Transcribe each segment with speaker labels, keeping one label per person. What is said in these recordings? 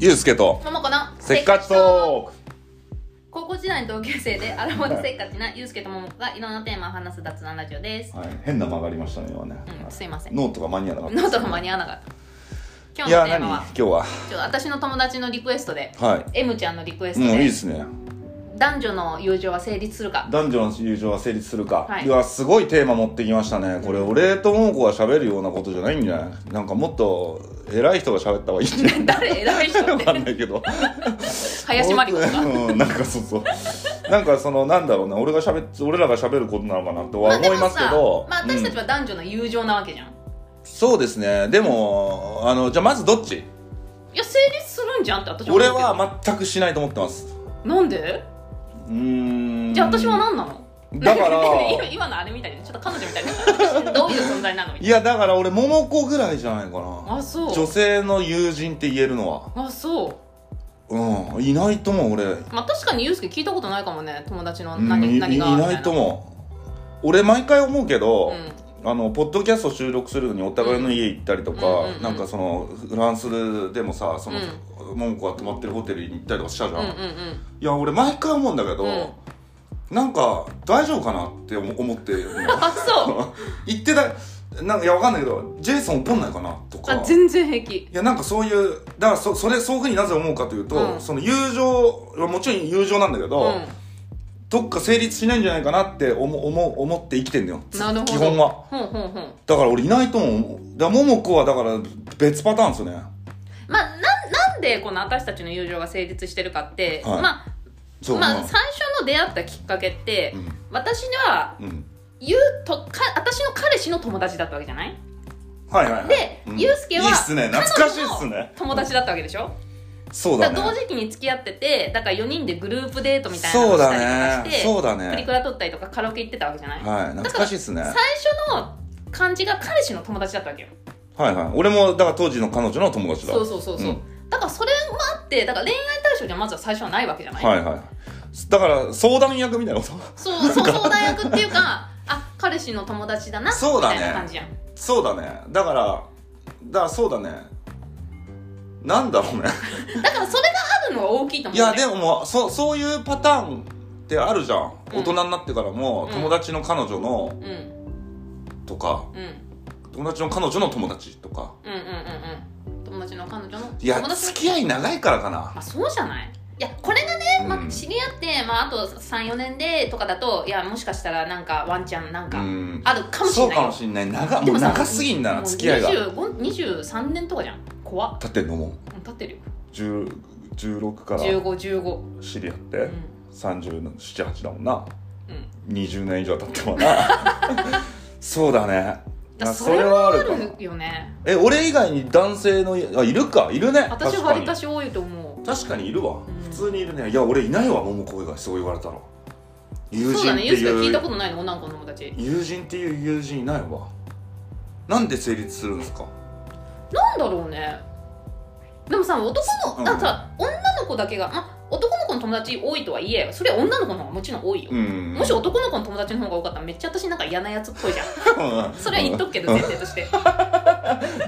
Speaker 1: ゆうすけと
Speaker 2: ももこの
Speaker 1: せっかちトーク
Speaker 2: 高校時代の同級生で 荒までせっかちなゆうすけとももこがいろんなテーマを話す雑談ラジオです、
Speaker 1: はい、変な曲がりましたね今ね、
Speaker 2: うんすいません
Speaker 1: ノートが間に合わなかった
Speaker 2: ノートが間に合わなかった今
Speaker 1: い
Speaker 2: 日
Speaker 1: や
Speaker 2: のテー
Speaker 1: 何
Speaker 2: マ
Speaker 1: 今
Speaker 2: は
Speaker 1: 日は
Speaker 2: ちょ私の友達のリクエストで
Speaker 1: は
Speaker 2: M ちゃんのリクエ
Speaker 1: い
Speaker 2: ス
Speaker 1: も
Speaker 2: ト
Speaker 1: う
Speaker 2: で、
Speaker 1: いいですね
Speaker 2: 男女の友情は成立す るか
Speaker 1: 男女の友情は成立するか、
Speaker 2: はい
Speaker 1: い、やすごいテーマ持ってきましたねこれ俺と桃子が喋るようなことじゃないんじゃないなんかもっと偉い人が喋った方がいいんじゃない
Speaker 2: 誰偉い人っ
Speaker 1: わか
Speaker 2: て
Speaker 1: んないけど
Speaker 2: 林真理子とか
Speaker 1: うんなんかそうそうなんかそのなんだろうな俺が喋っ俺らが喋ることなのかなとは思いますけど、
Speaker 2: まあ、でもさまあ、私た
Speaker 1: う
Speaker 2: ち
Speaker 1: ん
Speaker 2: は男女の友情なわけじゃん、
Speaker 1: そうですねでもあのじゃあまずどっち
Speaker 2: いや成立するんじゃんって私は思う
Speaker 1: 俺
Speaker 2: けど
Speaker 1: は全くしないと思ってます
Speaker 2: なんで
Speaker 1: うーん
Speaker 2: じゃあ私は何なの
Speaker 1: だから
Speaker 2: 今今のあれみたいにちょっと彼女みたいなどういう存在なのみた
Speaker 1: い
Speaker 2: い
Speaker 1: やだから俺桃子ぐらいじゃないか
Speaker 2: な
Speaker 1: な
Speaker 2: あそう
Speaker 1: 女性の友人って言えるのは
Speaker 2: あそう
Speaker 1: うんいないとも俺、うん
Speaker 2: まあ確かにユうスケ聞いたことないかもね友達の何,、
Speaker 1: いい
Speaker 2: 何がみた
Speaker 1: ないいとも俺毎回思うけど、
Speaker 2: うん
Speaker 1: あのポッドキャスト収録するのにお互いの家行ったりとか、
Speaker 2: うんうんうんうん
Speaker 1: なんかそのフランスでもさその、桃子が泊まってるホテルに行ったりとかしたじゃん、
Speaker 2: うんうん
Speaker 1: いや俺毎回思うんだけど、なんか大丈夫かなって思思ってるの
Speaker 2: あそう
Speaker 1: 言ってたなんかいやわかんないけどジェイソン怒んないかなとか
Speaker 2: あ全然平気
Speaker 1: いやなんかそういうだからそそれそういうふうになぜ思うかというと、
Speaker 2: うん
Speaker 1: その友情はもちろん友情なんだけど、
Speaker 2: う
Speaker 1: どっか成立しないんじゃないかなって思思思って生きてんだよ
Speaker 2: んなるほど
Speaker 1: 基本は
Speaker 2: ほんほんほん
Speaker 1: だから俺いないと思うだから桃子はだから別パターンですよね
Speaker 2: まあなんなんでこの私たちの友情が成立してるかって、
Speaker 1: はい
Speaker 2: まあ
Speaker 1: そう、
Speaker 2: まあ最初の出会ったきっかけって、
Speaker 1: うん
Speaker 2: 私は
Speaker 1: うん
Speaker 2: ゆうとか私の彼氏の友達だったわけじゃない
Speaker 1: はいはいはい
Speaker 2: で
Speaker 1: うん
Speaker 2: ユウスケはい
Speaker 1: いっすね懐かしいっすね
Speaker 2: 友達だったわけでしょ、
Speaker 1: そうだ
Speaker 2: だ
Speaker 1: ね
Speaker 2: から同時期に付き合っててだから4人でグループデートみたいなの
Speaker 1: そ
Speaker 2: を
Speaker 1: う
Speaker 2: したりと
Speaker 1: だ
Speaker 2: か
Speaker 1: ね
Speaker 2: して
Speaker 1: そうだ
Speaker 2: プリ
Speaker 1: ね
Speaker 2: クラ撮ったりとかカラオケ行ってたわけじゃない、
Speaker 1: はい懐かしいっすね
Speaker 2: 最初の感じが彼氏の友達だったわけよ
Speaker 1: はいはい俺もだから当時の彼女の友達だ
Speaker 2: そうそうそうそう、
Speaker 1: う
Speaker 2: だからそれもあってだから恋愛対象じゃまずは最初はないわけじゃない、
Speaker 1: はいはいだから相談役みたいなこと
Speaker 2: そうそう相談役っていうかあ彼氏の友達だな
Speaker 1: そうだね
Speaker 2: みたいな感じやん
Speaker 1: そうだねだからだからそうだねなんだろうね
Speaker 2: だからそれがあるのが大きいと
Speaker 1: い
Speaker 2: 思う、ね、
Speaker 1: やでももうそそういうパターンってあるじゃん、大人になってからも、
Speaker 2: うん
Speaker 1: 友達の彼女の
Speaker 2: うんうん
Speaker 1: とか
Speaker 2: うん
Speaker 1: 友達の彼女の友達とか
Speaker 2: うんうんうんうん友達の彼女の
Speaker 1: いや
Speaker 2: 友達の
Speaker 1: 付き合い長いからかな
Speaker 2: まあそうじゃないいやこれがね、ま
Speaker 1: う
Speaker 2: あ、
Speaker 1: ん
Speaker 2: 知り合って、まあ、あと34年でとかだといやもしかしたらなんかワンチャンなんか
Speaker 1: うん
Speaker 2: あるかもし
Speaker 1: そ
Speaker 2: れ
Speaker 1: う
Speaker 2: ないよ
Speaker 1: かもしんない長
Speaker 2: で
Speaker 1: もう
Speaker 2: さ
Speaker 1: 長すぎんだ
Speaker 2: も
Speaker 1: な
Speaker 2: う
Speaker 1: 付き合いが
Speaker 2: 25 23年とかじゃん怖っ
Speaker 1: 立ってんのもう
Speaker 2: うん立ってるよ
Speaker 1: 10 16から
Speaker 2: 1515うん
Speaker 1: 知り合って378だもんな
Speaker 2: うん
Speaker 1: 20年以上経ってもな そうだね
Speaker 2: だから
Speaker 1: な
Speaker 2: それはあ
Speaker 1: かな
Speaker 2: るよね
Speaker 1: え俺以外に男性のあいるかいるね
Speaker 2: 私
Speaker 1: 確
Speaker 2: は
Speaker 1: か
Speaker 2: 割
Speaker 1: に
Speaker 2: かし多いと思う
Speaker 1: 確かにいるわ、
Speaker 2: うん
Speaker 1: 普通にいるねいや俺いないわ桃子以外そう言われたら友
Speaker 2: そう
Speaker 1: 人
Speaker 2: だ
Speaker 1: っ
Speaker 2: ね
Speaker 1: て
Speaker 2: ユースが
Speaker 1: い、
Speaker 2: 聞いうたことないの女の子の友達
Speaker 1: 友人っていう友人いないわなんで成立するんですか
Speaker 2: なんだろうねでもさ男
Speaker 1: う
Speaker 2: の
Speaker 1: ん
Speaker 2: あさ女の子だけがまあ男の子の友達多いとはいえそれは女の子の方がもちろん多いよ
Speaker 1: うん
Speaker 2: もし男の子の友達の方が多かったらめっちゃ私なんか嫌なやつっぽいじゃんそれは言っとくけど前提として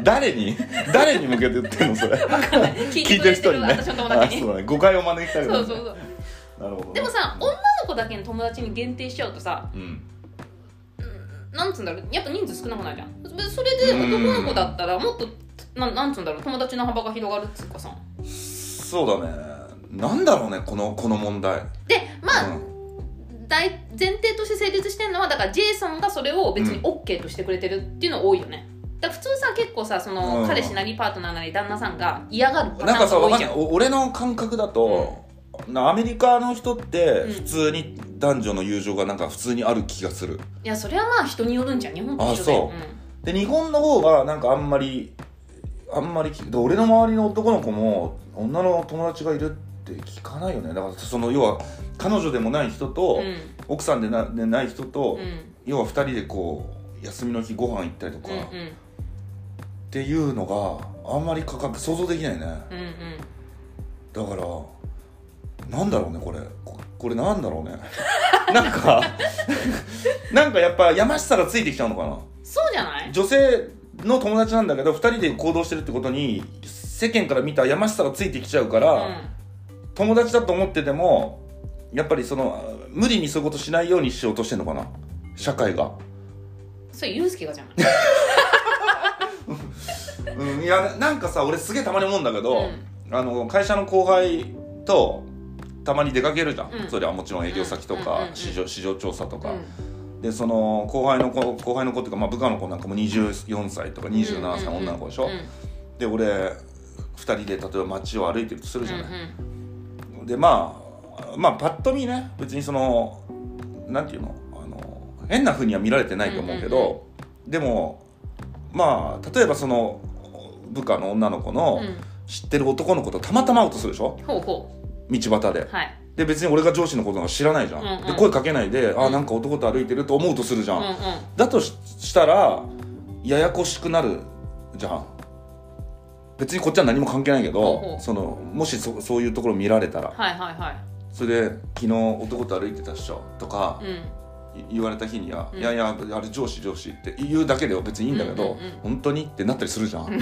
Speaker 1: 誰に誰に向けて言ってんの それ
Speaker 2: 聞い
Speaker 1: 聞
Speaker 2: て
Speaker 1: いて
Speaker 2: く
Speaker 1: る
Speaker 2: れて
Speaker 1: 人
Speaker 2: る
Speaker 1: にね
Speaker 2: 私の友
Speaker 1: あ
Speaker 2: 達に
Speaker 1: そうだね誤解を招きたい
Speaker 2: そうそうそう
Speaker 1: なるほどね
Speaker 2: でもさ女の子だけの友達に限定しちゃうとさ
Speaker 1: うん
Speaker 2: なんつうんだろうやっぱ人数少なくないじゃんでそれで男の子だったらもっとななんつうんだろう友達の幅が広がるっつうかさ
Speaker 1: そうだねなんだろうねこのこの問題
Speaker 2: でまあ、
Speaker 1: うん
Speaker 2: 大前提として成立してるのはだからジェイソンがそれを別に OK としてくれてるっていうの多いよね、だから普通さ結構さその、
Speaker 1: うん
Speaker 2: 彼氏なりパートナーなり旦那さんが嫌がるパタ
Speaker 1: なんか
Speaker 2: ーンが
Speaker 1: さわ
Speaker 2: 多い
Speaker 1: かん
Speaker 2: じ
Speaker 1: な
Speaker 2: ゃ
Speaker 1: い
Speaker 2: ん
Speaker 1: お俺の感覚だと、なアメリカの人って
Speaker 2: うん
Speaker 1: 普通に男女の友情がなんか普通にある気がする
Speaker 2: いやそれはまあ人によるんじゃん日本と一緒で
Speaker 1: あそうで日本の方はなんかあんまりあんまり聞で俺の周りの男の子も女の友達がいるって聞かないよねだからその要は彼女でもない人と、
Speaker 2: うんうん
Speaker 1: 奥さんでなでない人と、
Speaker 2: うん
Speaker 1: 要は2人でこう休みの日ご飯行ったりとか、
Speaker 2: うん
Speaker 1: っ、ていうのがあんまり価格想像できないね
Speaker 2: うんうんうん
Speaker 1: だからなんだろうねこれここれなんだろうね なんか なんかやっぱやましさがついてきちゃうのかな
Speaker 2: そうじゃない
Speaker 1: 女性の友達なんだけど2人で行動してるってことに世間から見たやましさがついてきちゃうから、友達だと思っててもやっぱりそのあ無理にそういうことしないようにしようとしてんのかな社会が、
Speaker 2: それユうスケがじゃん
Speaker 1: うん、いやなんかさ俺すげえたまに思うんだけど、
Speaker 2: う
Speaker 1: あの会社の後輩とたまに出かけるじゃん、
Speaker 2: うん
Speaker 1: それはもちろん営業先と
Speaker 2: うんうん
Speaker 1: か
Speaker 2: うんうん
Speaker 1: 市場市場調査とか、
Speaker 2: う
Speaker 1: でその後輩の子後輩の子っていうか、まあ、部下の子なんかも24歳とか
Speaker 2: ん
Speaker 1: 27歳の女の子でしょ、
Speaker 2: うんうん
Speaker 1: で俺2人で例えば街を歩いてるとするじゃない、
Speaker 2: う
Speaker 1: でまあまあパッと見ね別にそのなんていうのあの変な風には見られてないと思うけど、
Speaker 2: うんうん
Speaker 1: でもまあ例えばその部下の女の子の
Speaker 2: んうん
Speaker 1: 知ってる男の子とたまたま会うとするでしょ
Speaker 2: ほうほ
Speaker 1: 道端で
Speaker 2: うはい
Speaker 1: で別に俺が上司のことなんか知らないじゃん、
Speaker 2: うんうん
Speaker 1: で声かけないであなんか男と歩いてると思うとするじゃ、
Speaker 2: うんんうん
Speaker 1: だとししたらややこしくなるじゃん別にこっちは何も関係ないけど、
Speaker 2: ほうほう
Speaker 1: そのもしそそういうところ見られたら
Speaker 2: はいはいは
Speaker 1: それで「昨日男と歩いてたっしょ」とか
Speaker 2: いうん
Speaker 1: い言われた日には「
Speaker 2: うん
Speaker 1: いやいやあれ上司上司」って言うだけでは別にいいんだけど、
Speaker 2: うんうんうん
Speaker 1: 本当にってなったりするじゃん。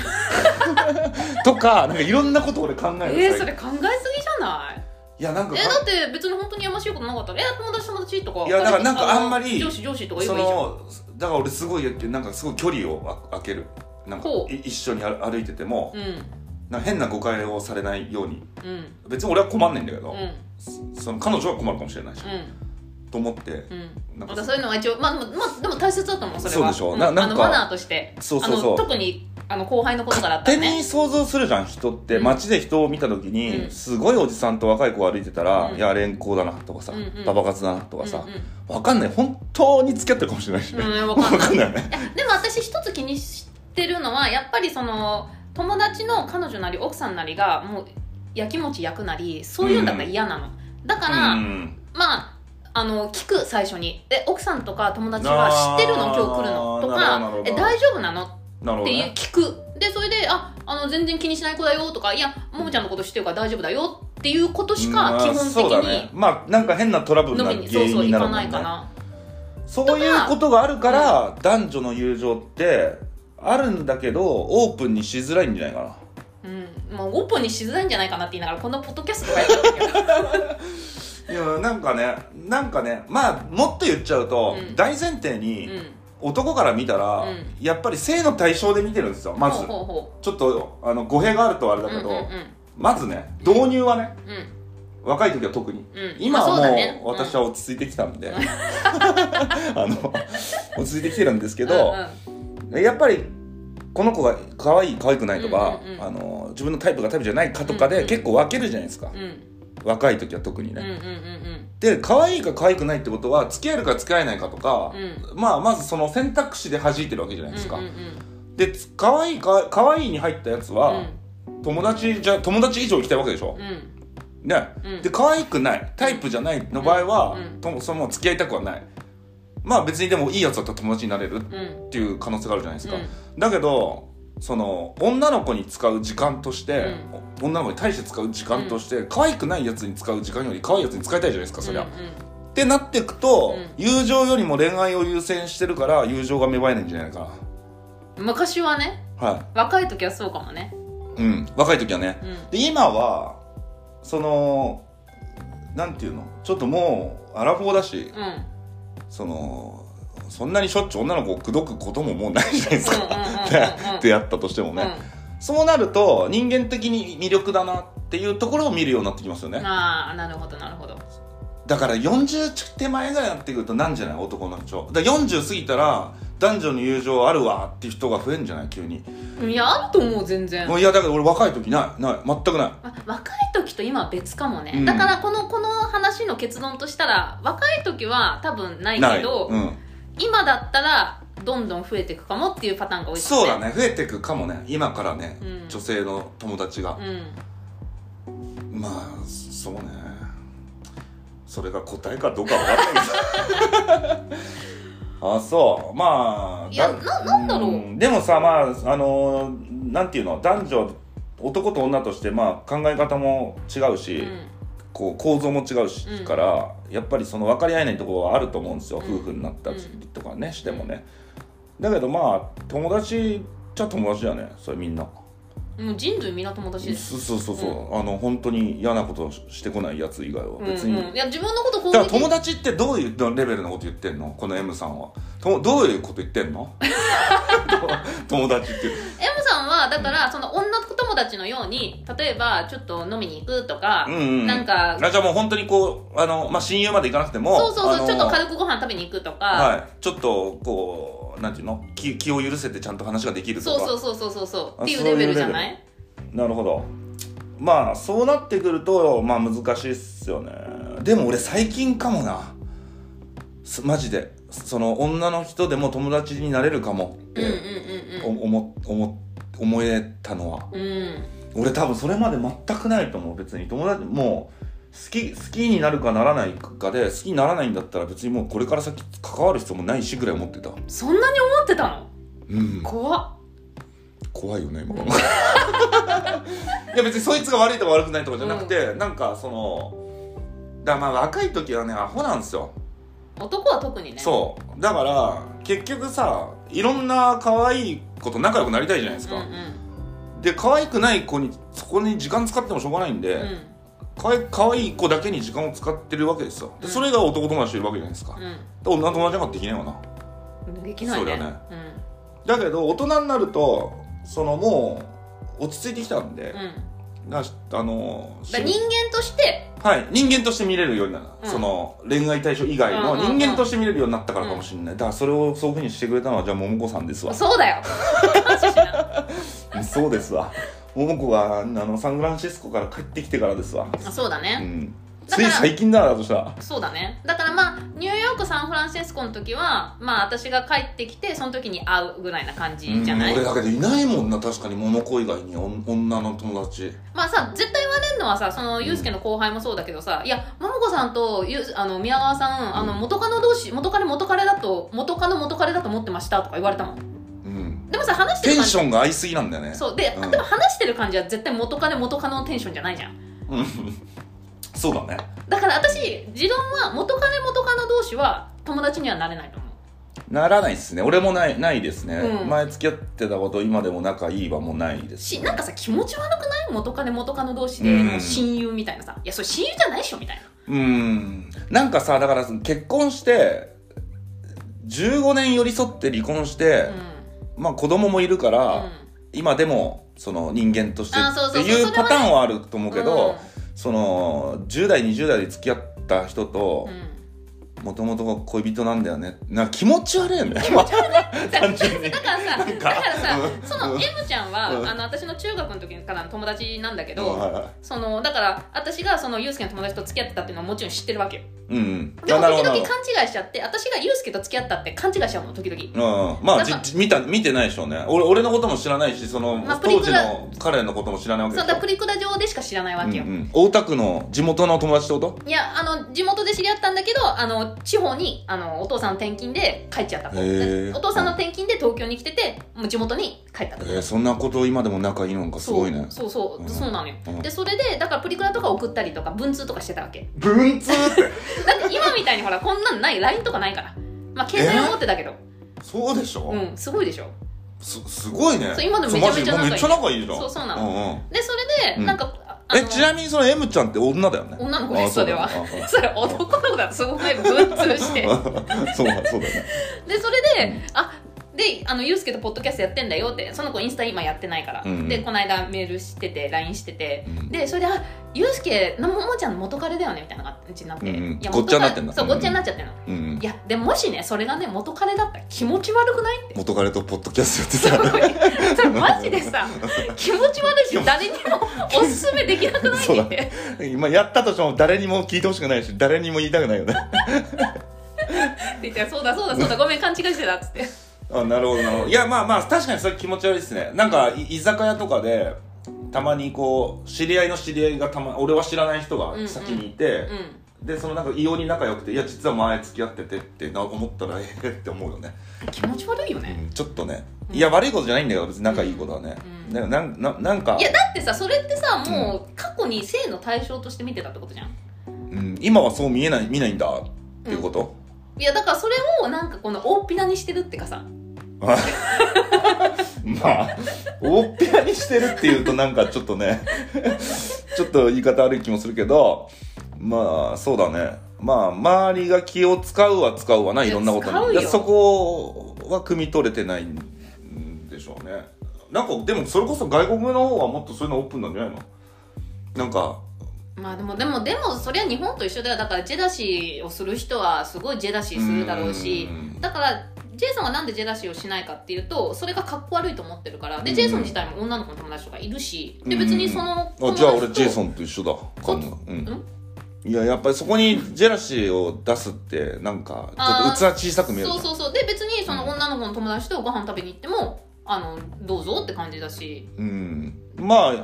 Speaker 1: とかなんかいろんなこと俺考える最近
Speaker 2: えー、それ考えすぎじゃない
Speaker 1: いやなんか
Speaker 2: えだって別に本当にやましいことなかったら「え友達友達」とか
Speaker 1: いやだからなんかあんまり
Speaker 2: 上司上司とか言
Speaker 1: そ
Speaker 2: えばいいじゃん
Speaker 1: のだから俺すごいやってなんかすごい距離をあ空けるなんか
Speaker 2: ほう
Speaker 1: い一緒に歩歩いてても、
Speaker 2: うん
Speaker 1: なんか変な誤解をされないように
Speaker 2: うん
Speaker 1: 別に俺は困んないんだけど、
Speaker 2: うん
Speaker 1: その彼女は困るかもしれないし、
Speaker 2: うん
Speaker 1: と思って
Speaker 2: うん
Speaker 1: なん
Speaker 2: ま
Speaker 1: か
Speaker 2: たそういうのは一応まあでも,、まあ、でも大切だと思うそれは
Speaker 1: そうでしょ
Speaker 2: ん
Speaker 1: ななんか
Speaker 2: あのマナーとして
Speaker 1: そうそうそう
Speaker 2: あの特にあの後輩のことからだった
Speaker 1: 手
Speaker 2: らね
Speaker 1: に想像するじゃん人って
Speaker 2: うん
Speaker 1: 街で人を見た時に、
Speaker 2: うん
Speaker 1: すごいおじさんと若い子が歩いてたら、
Speaker 2: うん
Speaker 1: いや連行だなとかさ、
Speaker 2: うんうん
Speaker 1: パパ活だなとかさ
Speaker 2: うん、う
Speaker 1: わかんない本当に付き合ってるかもしれないしね、
Speaker 2: ん、うん、わ
Speaker 1: わ
Speaker 2: かんない
Speaker 1: かんないよね
Speaker 2: でも私一つ気にしてるのはやっぱりその友達の彼女なり奥さんなりがもうやきもち焼くなりそういうんだったら嫌なの、だから、
Speaker 1: うん
Speaker 2: まああの聞く最初にえ奥さんとか友達は知ってるの
Speaker 1: あ
Speaker 2: 今
Speaker 1: ー
Speaker 2: 日来るの
Speaker 1: なる
Speaker 2: と
Speaker 1: ほどなる
Speaker 2: か
Speaker 1: ほど
Speaker 2: え大丈夫なのっ
Speaker 1: なるほど
Speaker 2: ていう
Speaker 1: ね
Speaker 2: 聞くでそれでああの全然気にしない子だよとかいやももちゃんのこと知ってるから大丈夫だよっていうことし
Speaker 1: う
Speaker 2: か
Speaker 1: ん
Speaker 2: 基本
Speaker 1: そうだ
Speaker 2: 的
Speaker 1: ね
Speaker 2: に
Speaker 1: まあなんか変なトラブル
Speaker 2: 飲
Speaker 1: な原
Speaker 2: みにそう
Speaker 1: 因
Speaker 2: そう
Speaker 1: に
Speaker 2: 行
Speaker 1: なる
Speaker 2: か
Speaker 1: もんね
Speaker 2: ないかな
Speaker 1: そういうことがあるから、男女の友情ってあるんだけどオープンにしづらいんじゃないかな
Speaker 2: うんまあオープンにしづらいんじゃないかなって言いながらこんなポッドキャストとかやってるんだけど
Speaker 1: いやなんかねなんかねまあもっと言っちゃうと、
Speaker 2: うん
Speaker 1: 大前提に、
Speaker 2: うん
Speaker 1: 男から見たら、
Speaker 2: うん
Speaker 1: やっぱり性の対象で見てるんですよまず
Speaker 2: ほうほうほう
Speaker 1: ちょっとあの語弊があるとあれだけど、
Speaker 2: うんうん
Speaker 1: まずね導入はね
Speaker 2: うん
Speaker 1: 若い時は特に
Speaker 2: うん
Speaker 1: 今は
Speaker 2: まあ
Speaker 1: も
Speaker 2: そう
Speaker 1: う
Speaker 2: だねうん
Speaker 1: 私は落ち着いてきたんで、 あの落ち着いてきてるんですけど、
Speaker 2: うん
Speaker 1: やっぱりこの子が可愛い可愛くないとか、
Speaker 2: うんうんうん
Speaker 1: あの自分のタイプがタイプじゃないかとかで、
Speaker 2: うんうん
Speaker 1: 結構分けるじゃないですか、
Speaker 2: うんうん
Speaker 1: 若い時は特に
Speaker 2: うん
Speaker 1: ね、
Speaker 2: うんうん
Speaker 1: で可愛いか可愛くないってことは付き合えるか付き合えないかとか、
Speaker 2: う
Speaker 1: まあまずその選択肢で弾いてるわけじゃないですか、
Speaker 2: うんうんうん
Speaker 1: でつ可愛いか可愛いに入ったやつ
Speaker 2: う
Speaker 1: は、
Speaker 2: ん
Speaker 1: 友達じゃ友達以上行きたいわけでしょ、
Speaker 2: うん
Speaker 1: ね、
Speaker 2: うん
Speaker 1: で可愛くないタイプじゃないの場合は、
Speaker 2: うんうん
Speaker 1: ともその付き合いたくはないまあ別にでもいいやつだったら友達になれる
Speaker 2: うん
Speaker 1: っていう可能性があるじゃないですか、
Speaker 2: うん
Speaker 1: だけどその女の子に使う時間として、女の子に対して使う時間として、可愛くないやつに使う時間より可愛いやつに使いたいじゃないですかそりゃ、
Speaker 2: うんうん
Speaker 1: ってなっていくと、
Speaker 2: う
Speaker 1: 友情よりも恋愛を優先してるから友情が芽生えないんじゃないか
Speaker 2: 昔はね
Speaker 1: なは
Speaker 2: 若い時はそうかもね
Speaker 1: いうん若い時はね、
Speaker 2: うん
Speaker 1: で今はそのなんていうのちょっともうアラフォーだし
Speaker 2: うんうんうん
Speaker 1: そのそんなにしょっちゅう女の子を口説くことももうないじゃないですか
Speaker 2: うんうん
Speaker 1: 出会ったとしてもね、そうなると人間的に魅力だなっていうところを見るようになってきますよ
Speaker 2: うん
Speaker 1: ね
Speaker 2: ああなるほどなるほど
Speaker 1: だから40手前ぐらいになってくるとなんじゃない男の人だから40過ぎたら男女の友情あるわっていう人が増えるんじゃない急に、
Speaker 2: いやあると思う全然
Speaker 1: もういやだから俺若い時ないない全くない
Speaker 2: ま若い時と今は別かもね、
Speaker 1: うん
Speaker 2: だからこのこの話の結論としたら若い時は多分ない
Speaker 1: ない
Speaker 2: けど、
Speaker 1: うん、
Speaker 2: 今だったらどんどん増えていくかもっていうパターンが多いです
Speaker 1: そうだね増えていくかもね今からね、
Speaker 2: うん
Speaker 1: 女性の友達が
Speaker 2: う、ん
Speaker 1: まあそうねそれが答えかどうかは分かんない けどあそうまあ
Speaker 2: いや
Speaker 1: だ
Speaker 2: ななんだろう
Speaker 1: でもさまああのーなんていうの男女男と女としてまあ考え方も違うし、
Speaker 2: うん
Speaker 1: こう構造も違うし、
Speaker 2: うん
Speaker 1: からやっぱりその分かり合えないところはあると思うんですよ、
Speaker 2: うん
Speaker 1: 夫婦になったりとかね、してもねだけどまあ友達っちゃ友達だよねそれみんな
Speaker 2: もう人類みんな友達です
Speaker 1: そうそうそうそう、あの本当に嫌なことしてこないやつ以外は別に、
Speaker 2: うんうん、いや自分のこと攻撃
Speaker 1: だから友達ってどういうレベルのこと言ってんのこの M さんはとどういうこと言ってん の友達って
Speaker 2: M さんはだからその女友達のように例えばちょっと飲みに行くとか、
Speaker 1: うんうん
Speaker 2: なんか
Speaker 1: あじゃあもう本当にこうあの、まあ、親友まで行かなくても
Speaker 2: そうそ
Speaker 1: あ
Speaker 2: うそ
Speaker 1: の
Speaker 2: うちょっと軽くご飯食べに行くとか、
Speaker 1: はい、ちょっとこうなんていうの気気を許せてちゃんと話ができると
Speaker 2: そう
Speaker 1: か
Speaker 2: そうそうそうそうそう
Speaker 1: あ
Speaker 2: っていうレベルじゃない
Speaker 1: なるほどまあそうなってくるとまあ難しいっすよねでも俺最近かもなすマジでその女の人でも友達になれるかもっ
Speaker 2: うんうん
Speaker 1: てお思思思えたのは
Speaker 2: うんうんうん
Speaker 1: 俺多分それまで全くないと思う別に友達もう好き好きになるかならないかで好きにならないんだったら別にもうこれから先関わる必要もないしぐらい思ってた
Speaker 2: そんなに思ってたの
Speaker 1: うん
Speaker 2: 怖っ
Speaker 1: 怖いよね今 いや別にそいつが悪いとか悪くないとかじゃなくて、なんかそのだからまあ若い時はねアホなんですよ、
Speaker 2: 男は特にね
Speaker 1: そうだから結局さいろんな可愛い子と仲良くなりたいじゃないですか、
Speaker 2: んうん
Speaker 1: で可愛くない子にそこに時間使ってもしょうがないんで、
Speaker 2: うん
Speaker 1: 可愛可愛い子だけに時間を使ってるわけですよで
Speaker 2: うん
Speaker 1: それが男友達といるわけじゃないですか、で女友達なんかできないわな
Speaker 2: うんできないね
Speaker 1: そうだよねだけど大人になるとそのもう落ち着いてきたんで
Speaker 2: うん、うん、だか
Speaker 1: なあの
Speaker 2: ら人間として
Speaker 1: はい、人間として見れるようになる、
Speaker 2: うん
Speaker 1: その恋愛対象以外の
Speaker 2: うんうんう
Speaker 1: 人
Speaker 2: ん
Speaker 1: 間として見れるようになったからかもしれない、だからそれをそういうふうにしてくれたのはじゃあ桃子さんです わ
Speaker 2: そうだよ感謝しな
Speaker 1: そうですわ桃子があのサンフランシスコから帰ってきてからですわ、
Speaker 2: あそうだ
Speaker 1: う
Speaker 2: ね、
Speaker 1: ん、つ
Speaker 2: だか
Speaker 1: い
Speaker 2: ら
Speaker 1: 最近だなだとしたら
Speaker 2: そうだねだからまあニューヨークサンフランシスコの時はまあ私が帰ってきてその時に会うぐらいな感じじゃない、
Speaker 1: うん俺だけどいないもんな確かに桃子以外におん女の友達
Speaker 2: まあさ絶対言われるのはさそのユうスケの後輩もそうだけどさ、いや桃子さんとゆあの宮川さんあの元カノ同士元カレ元カレだと元カノ元カレだと思ってましたとか言われたもん
Speaker 1: うん
Speaker 2: でもさ話して
Speaker 1: テン
Speaker 2: る感
Speaker 1: シ
Speaker 2: じ
Speaker 1: ョンが合いすぎなんだよね
Speaker 2: そうで、
Speaker 1: うん
Speaker 2: でも話してる感じは絶対元カレ元カノのテンションじゃないじゃん
Speaker 1: うん そうだね
Speaker 2: だから私持論は元カレ元カノ同士は友達にはなれないと思う
Speaker 1: ならないっすね俺もないないですね、
Speaker 2: うん
Speaker 1: 前付き合ってたこと今でも仲いいはもうないです
Speaker 2: しなんかさ気持ち悪くない元カレ元カノ同士で、
Speaker 1: うん
Speaker 2: もう親友みたいなさいやそれ親友じゃないでしょみたいな
Speaker 1: うんなんかさだからその結婚して15年寄り添って離婚して
Speaker 2: うん、
Speaker 1: まあ子供もいるから、
Speaker 2: うん
Speaker 1: 今でもその人間として
Speaker 2: あそうそう
Speaker 1: ってい
Speaker 2: そうう
Speaker 1: パ
Speaker 2: それはね
Speaker 1: ターンはあると思うけど、
Speaker 2: うん
Speaker 1: その10代20代で付き合った人と
Speaker 2: うん
Speaker 1: もともと恋人なんだよねなんか気持ち悪いよね 単純に
Speaker 2: だからさ
Speaker 1: ん
Speaker 2: だ
Speaker 1: か
Speaker 2: からさ
Speaker 1: うん
Speaker 2: その
Speaker 1: うん
Speaker 2: M ちゃんは、
Speaker 1: うん
Speaker 2: あの私の中学の時からの友達なんだけど、
Speaker 1: うん はいは
Speaker 2: そのだから私がそのユうスケの友達と付き合ってたっていうのはもちろん知ってるわけよ
Speaker 1: いうん
Speaker 2: でも
Speaker 1: あなるほ
Speaker 2: 時
Speaker 1: ど
Speaker 2: 々
Speaker 1: な
Speaker 2: 勘
Speaker 1: る
Speaker 2: 違
Speaker 1: ほ
Speaker 2: いしちゃって私がユうスケと付き合ったって勘違いしちゃうの時々
Speaker 1: どうん、ま
Speaker 2: な
Speaker 1: あ
Speaker 2: んか
Speaker 1: じじ見た見てないでしょうね俺俺のことも知らないしその、
Speaker 2: まあプリ
Speaker 1: 当
Speaker 2: ク
Speaker 1: 時
Speaker 2: ラ
Speaker 1: の彼のことも知らないわけ
Speaker 2: そ
Speaker 1: でしょ
Speaker 2: うだプリクラ上でしか知らないわけよ、
Speaker 1: うんうん、大田区の地元の友達ってこと
Speaker 2: いやあの地元で知り合ったんだけどあの地方にあのお父さんの転勤で帰っちゃったと
Speaker 1: へー
Speaker 2: お父さんの転勤で東京に来ててもう地元に帰った
Speaker 1: え
Speaker 2: と
Speaker 1: ー、そんなこと今でも仲いいのかす
Speaker 2: そう
Speaker 1: ごいね
Speaker 2: そうそう、
Speaker 1: うん
Speaker 2: そうなのよ、
Speaker 1: うん
Speaker 2: でそれでだからプリクラとか送ったりとか文通とかしてたわけ
Speaker 1: 文通って
Speaker 2: だって今みたいにほらこんなんない LINE とかないからまあ携帯は持ってたけど
Speaker 1: そうでしょ、
Speaker 2: うんすごいでしょ
Speaker 1: すすごいね
Speaker 2: そう今でも
Speaker 1: そう
Speaker 2: めちゃ
Speaker 1: マジ
Speaker 2: めちゃ仲い
Speaker 1: もうめっちゃ仲い
Speaker 2: い
Speaker 1: いじゃん
Speaker 2: そうそうなの
Speaker 1: の、んうん
Speaker 2: でそれ
Speaker 1: う
Speaker 2: で
Speaker 1: ん
Speaker 2: なんか、ああ
Speaker 1: え
Speaker 2: の
Speaker 1: ちなみにその M ちゃんって女だよね
Speaker 2: 女の子ですそれは
Speaker 1: あそうだ
Speaker 2: それ男の子だとすごい文通して
Speaker 1: あそう だそうだね
Speaker 2: でそれであであのユうスケとポッドキャストやってんだよってその子インスタ今やってないから、
Speaker 1: うん
Speaker 2: でこの間メールしてて LINE してて
Speaker 1: うん
Speaker 2: でそれで「あユうスケのももちゃんの元カレだよね」みたいな感じになって、
Speaker 1: うんうん
Speaker 2: いや
Speaker 1: ごっちゃになってんだ
Speaker 2: そう
Speaker 1: うんう
Speaker 2: ご
Speaker 1: ん
Speaker 2: っちゃになっちゃってんの、
Speaker 1: うん
Speaker 2: いやでももしねそれがね元カレだったら気持ち悪 くないって
Speaker 1: 元彼とポッドキャスト
Speaker 2: す
Speaker 1: やっ
Speaker 2: ご
Speaker 1: て
Speaker 2: い それマジでさ気持ち悪いし誰にもおすすめできなくな い
Speaker 1: そうだ
Speaker 2: って
Speaker 1: た今やったとしても誰にも聞いてほしくないし誰にも言いたくないよね
Speaker 2: って言ってそうだそうだそうだごめん勘違いしてた」っつって
Speaker 1: あなるほどなるほどいやまあまあ確かにそれ気持ち悪いですねなんかい居酒屋とかでたまにこう知り合いの知り合いがたま俺は知らない人が先にいて、
Speaker 2: うん
Speaker 1: でそのなんか異様に仲良くていや実は前付き合っててってな思ったらええって思うよね、
Speaker 2: 気持ち悪いよね、
Speaker 1: うんちょっとね
Speaker 2: うん
Speaker 1: いや悪いことじゃないんだけど別に仲いいことはね、
Speaker 2: うん
Speaker 1: なんかなんななんか
Speaker 2: いやだってさそれってさもう過去に性の対象として見てたってことじゃん
Speaker 1: うん、今はそう見えない見ないんだっていうこと、
Speaker 2: いやだからそれをなんかこの大っぴらにしてるってかさ
Speaker 1: まあおっぺやにしてるっていうとなんかちょっとね ちょっと言い方悪い気もするけどまあそうだねまあ周りが気を使うは使うわない
Speaker 2: いや
Speaker 1: ろんなこと
Speaker 2: 使う
Speaker 1: に
Speaker 2: よ
Speaker 1: いやそこは汲み取れてないんでしょうねなんかでもそれこそ外国の方はもっとそういうのオープンなんじゃないのなんか
Speaker 2: まあでもでもでもそりゃ日本と一緒だよだからジェラシーをする人はすごいジェラシーするだろうし
Speaker 1: うん
Speaker 2: だからジェイソンがなんでジェラシーをしないかっていうとそれがかっこ悪いと思ってるからで
Speaker 1: うん
Speaker 2: ジェイソン自体も女の子の友達とかいるしで別にその
Speaker 1: あじゃあ俺ジェイ
Speaker 2: ン
Speaker 1: ソンと一緒だ
Speaker 2: こ
Speaker 1: 感じうん
Speaker 2: ん
Speaker 1: いややっぱりそこにジェラシーを出すってなんかちょっと器小さく見えるじゃ
Speaker 2: そ
Speaker 1: ん
Speaker 2: うそうそうで別にその女の子の友達とご飯食べに行ってもあのどうぞって感じだし
Speaker 1: うんまあ